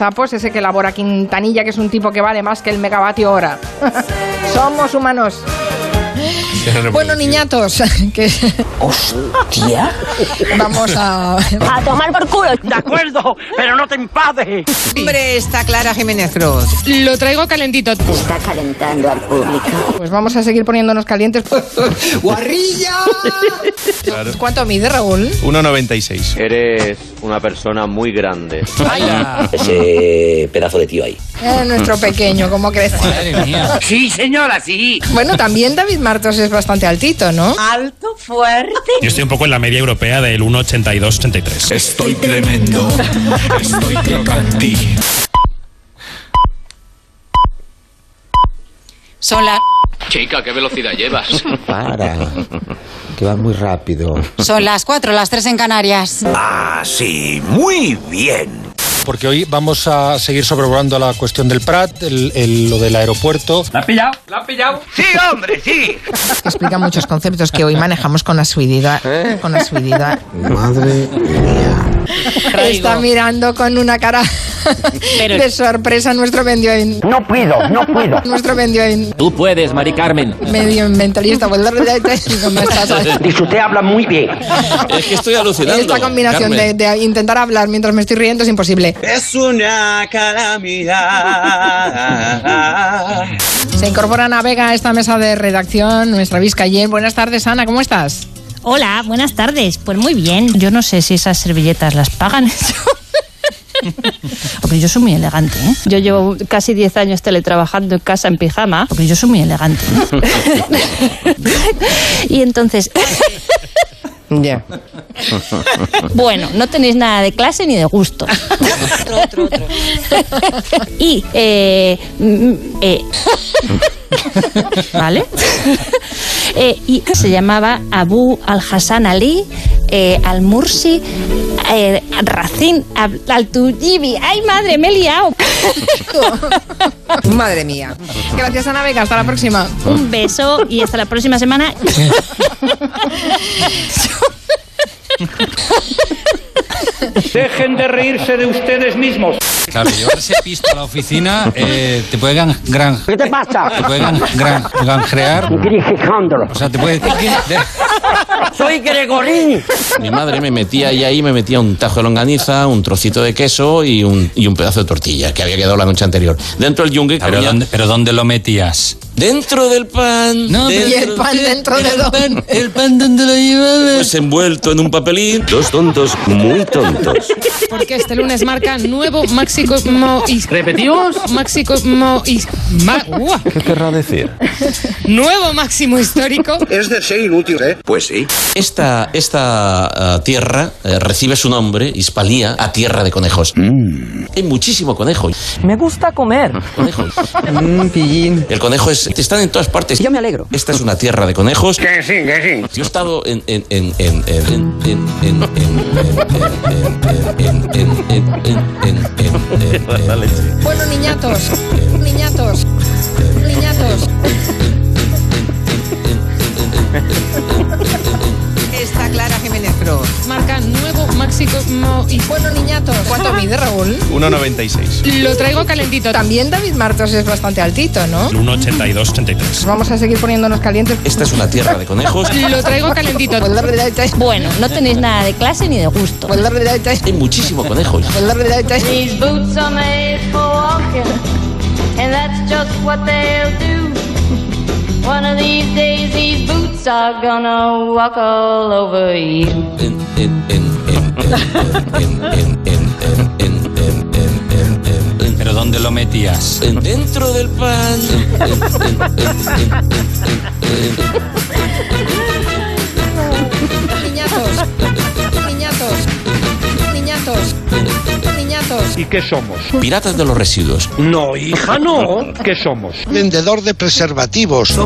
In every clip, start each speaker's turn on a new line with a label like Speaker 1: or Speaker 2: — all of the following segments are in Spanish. Speaker 1: Tapos, ese que elabora Quintanilla, que es un tipo que vale más que el megavatio hora. Somos humanos. Bueno, niñatos, que
Speaker 2: ¡Hostia!
Speaker 1: vamos a...
Speaker 3: A tomar por culo.
Speaker 4: De acuerdo, pero no te empades.
Speaker 2: Hombre, está Clara Jiménez Cruz.
Speaker 5: Lo traigo calentito.
Speaker 3: Está calentando al público.
Speaker 1: Pues vamos a seguir poniéndonos calientes. Pues,
Speaker 2: ¡Guarrilla!
Speaker 6: Claro.
Speaker 1: ¿Cuánto mide, Raúl?
Speaker 6: 1,96.
Speaker 7: Eres una persona muy grande.
Speaker 8: Ese pedazo de tío ahí.
Speaker 1: Eh, nuestro pequeño, ¿cómo crece?
Speaker 9: Madre mía.
Speaker 4: Sí, señora, sí.
Speaker 1: Bueno, también David Martos es bastante altito, ¿no?
Speaker 3: Alto, fuerte.
Speaker 9: Yo estoy un poco en la media europea del 1,82-83.
Speaker 10: Estoy tremendo, estoy crocante.
Speaker 5: Son las
Speaker 7: Chica, ¿qué velocidad llevas?
Speaker 8: Para. Que va muy rápido.
Speaker 5: son las 4, las 3 en Canarias.
Speaker 10: Así, muy bien.
Speaker 11: Porque hoy vamos a seguir sobrevolando la cuestión del Prat, el- el- lo del aeropuerto.
Speaker 4: ¿La ha pillado? ¿La ha pillado? Sí, hombre, sí.
Speaker 1: Que explica muchos conceptos que hoy manejamos con asiduidad. Con asiduidad.
Speaker 8: Madre mía.
Speaker 1: Está mirando con una cara de sorpresa nuestro medio
Speaker 4: No puedo, no puedo.
Speaker 1: nuestro medio
Speaker 9: Tú puedes, Mari Carmen.
Speaker 1: medioambientalista. pues, no me estás ahí.
Speaker 4: Y usted habla muy bien.
Speaker 9: Es que estoy alucinando.
Speaker 1: Esta combinación de, de intentar hablar mientras me estoy riendo es imposible.
Speaker 2: Es una calamidad.
Speaker 1: Se incorpora Ana Vega a esta mesa de redacción, nuestra Vizcayen. Buenas tardes, Ana, ¿cómo estás?
Speaker 12: Hola, buenas tardes. Pues muy bien. Yo no sé si esas servilletas las pagan. Porque yo soy muy elegante. ¿eh? Yo llevo casi 10 años teletrabajando en casa en pijama. Porque yo soy muy elegante. ¿eh? y entonces,
Speaker 1: Ya.
Speaker 12: bueno, no tenéis nada de clase ni de gusto. y, eh, mm, eh, ¿vale? Eh, y se llamaba Abu al-Hassan Ali, eh, al-Mursi, eh, Racin, Ab- al-Tujibi. ¡Ay, madre, me he liado!
Speaker 1: Madre mía. Gracias, Ana Vega. Hasta la próxima.
Speaker 12: Un beso y hasta la próxima semana.
Speaker 4: Dejen de reírse de ustedes mismos.
Speaker 9: Claro, llevar ese pisto a la oficina eh, te puede gran, gran,
Speaker 4: ¿Qué te pasa?
Speaker 9: te puede gan- gran- granjear. O sea, te puede.
Speaker 4: Soy Gregorín.
Speaker 7: Mi madre me metía ahí, ahí me metía un tajo de longaniza, un trocito de queso y un, y un pedazo de tortilla que había quedado la noche anterior. Dentro del yunque,
Speaker 9: Pero
Speaker 7: había-
Speaker 9: ¿dónde, pero ¿dónde lo metías?
Speaker 7: dentro del pan,
Speaker 9: No, pero-
Speaker 1: Y el pan dentro de dos.
Speaker 9: ¿El pan dónde lo llevabas?
Speaker 7: pues envuelto en un papelín. Dos tontos muy tontos.
Speaker 5: Porque este lunes marca nuevo máximo y repetimos máximo y ma- ¡Uah!
Speaker 8: ¿Qué querrá decir?
Speaker 5: nuevo máximo histórico.
Speaker 10: Pues sí.
Speaker 7: Esta, esta ah, tierra eh, recibe su nombre, Hispalía, a tierra de conejos.
Speaker 2: Mm.
Speaker 7: Hay muchísimo conejo.
Speaker 2: Me gusta comer.
Speaker 7: conejo.
Speaker 2: Mmm, pillín.
Speaker 7: El conejo es, están en todas partes.
Speaker 2: Yo me alegro.
Speaker 7: Esta es una tierra de conejos.
Speaker 4: Que sí, que sí.
Speaker 7: Yo he estado en en en en en en en en en en en en en en
Speaker 1: Bueno, niñatos. Niñatos. Niñatos.
Speaker 2: Está Clara Jiménez Cruz.
Speaker 5: Marca nuevo máximo y
Speaker 1: Bueno, niñatos. ¿Cuánto mide, Raúl?
Speaker 6: 1,96.
Speaker 5: lo traigo calentito.
Speaker 1: También David Martos es bastante altito, ¿no?
Speaker 9: 1,82-83.
Speaker 1: Pues Vamos a seguir poniéndonos calientes. Pues
Speaker 7: Esta es una tierra de conejos.
Speaker 5: Lo traigo calentito.
Speaker 12: Bueno, no tenéis nada de clase ni de gusto.
Speaker 7: Hay muchísimo conejo.
Speaker 1: pues
Speaker 13: These boots are made for walking, and that's just what they'll do. One of these days, these boots are gonna walk all over you.
Speaker 7: En en en en en en en en
Speaker 9: ¿Pero dónde lo metías?
Speaker 7: en dentro del pan.
Speaker 1: Niñatos. Niñatos. Niñatos. Niñatos.
Speaker 4: ¿Y qué somos?
Speaker 7: Piratas de los residuos.
Speaker 4: No, hija, no. ¿Qué somos?
Speaker 11: Vendedor de preservativos.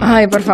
Speaker 1: Ay, por favor.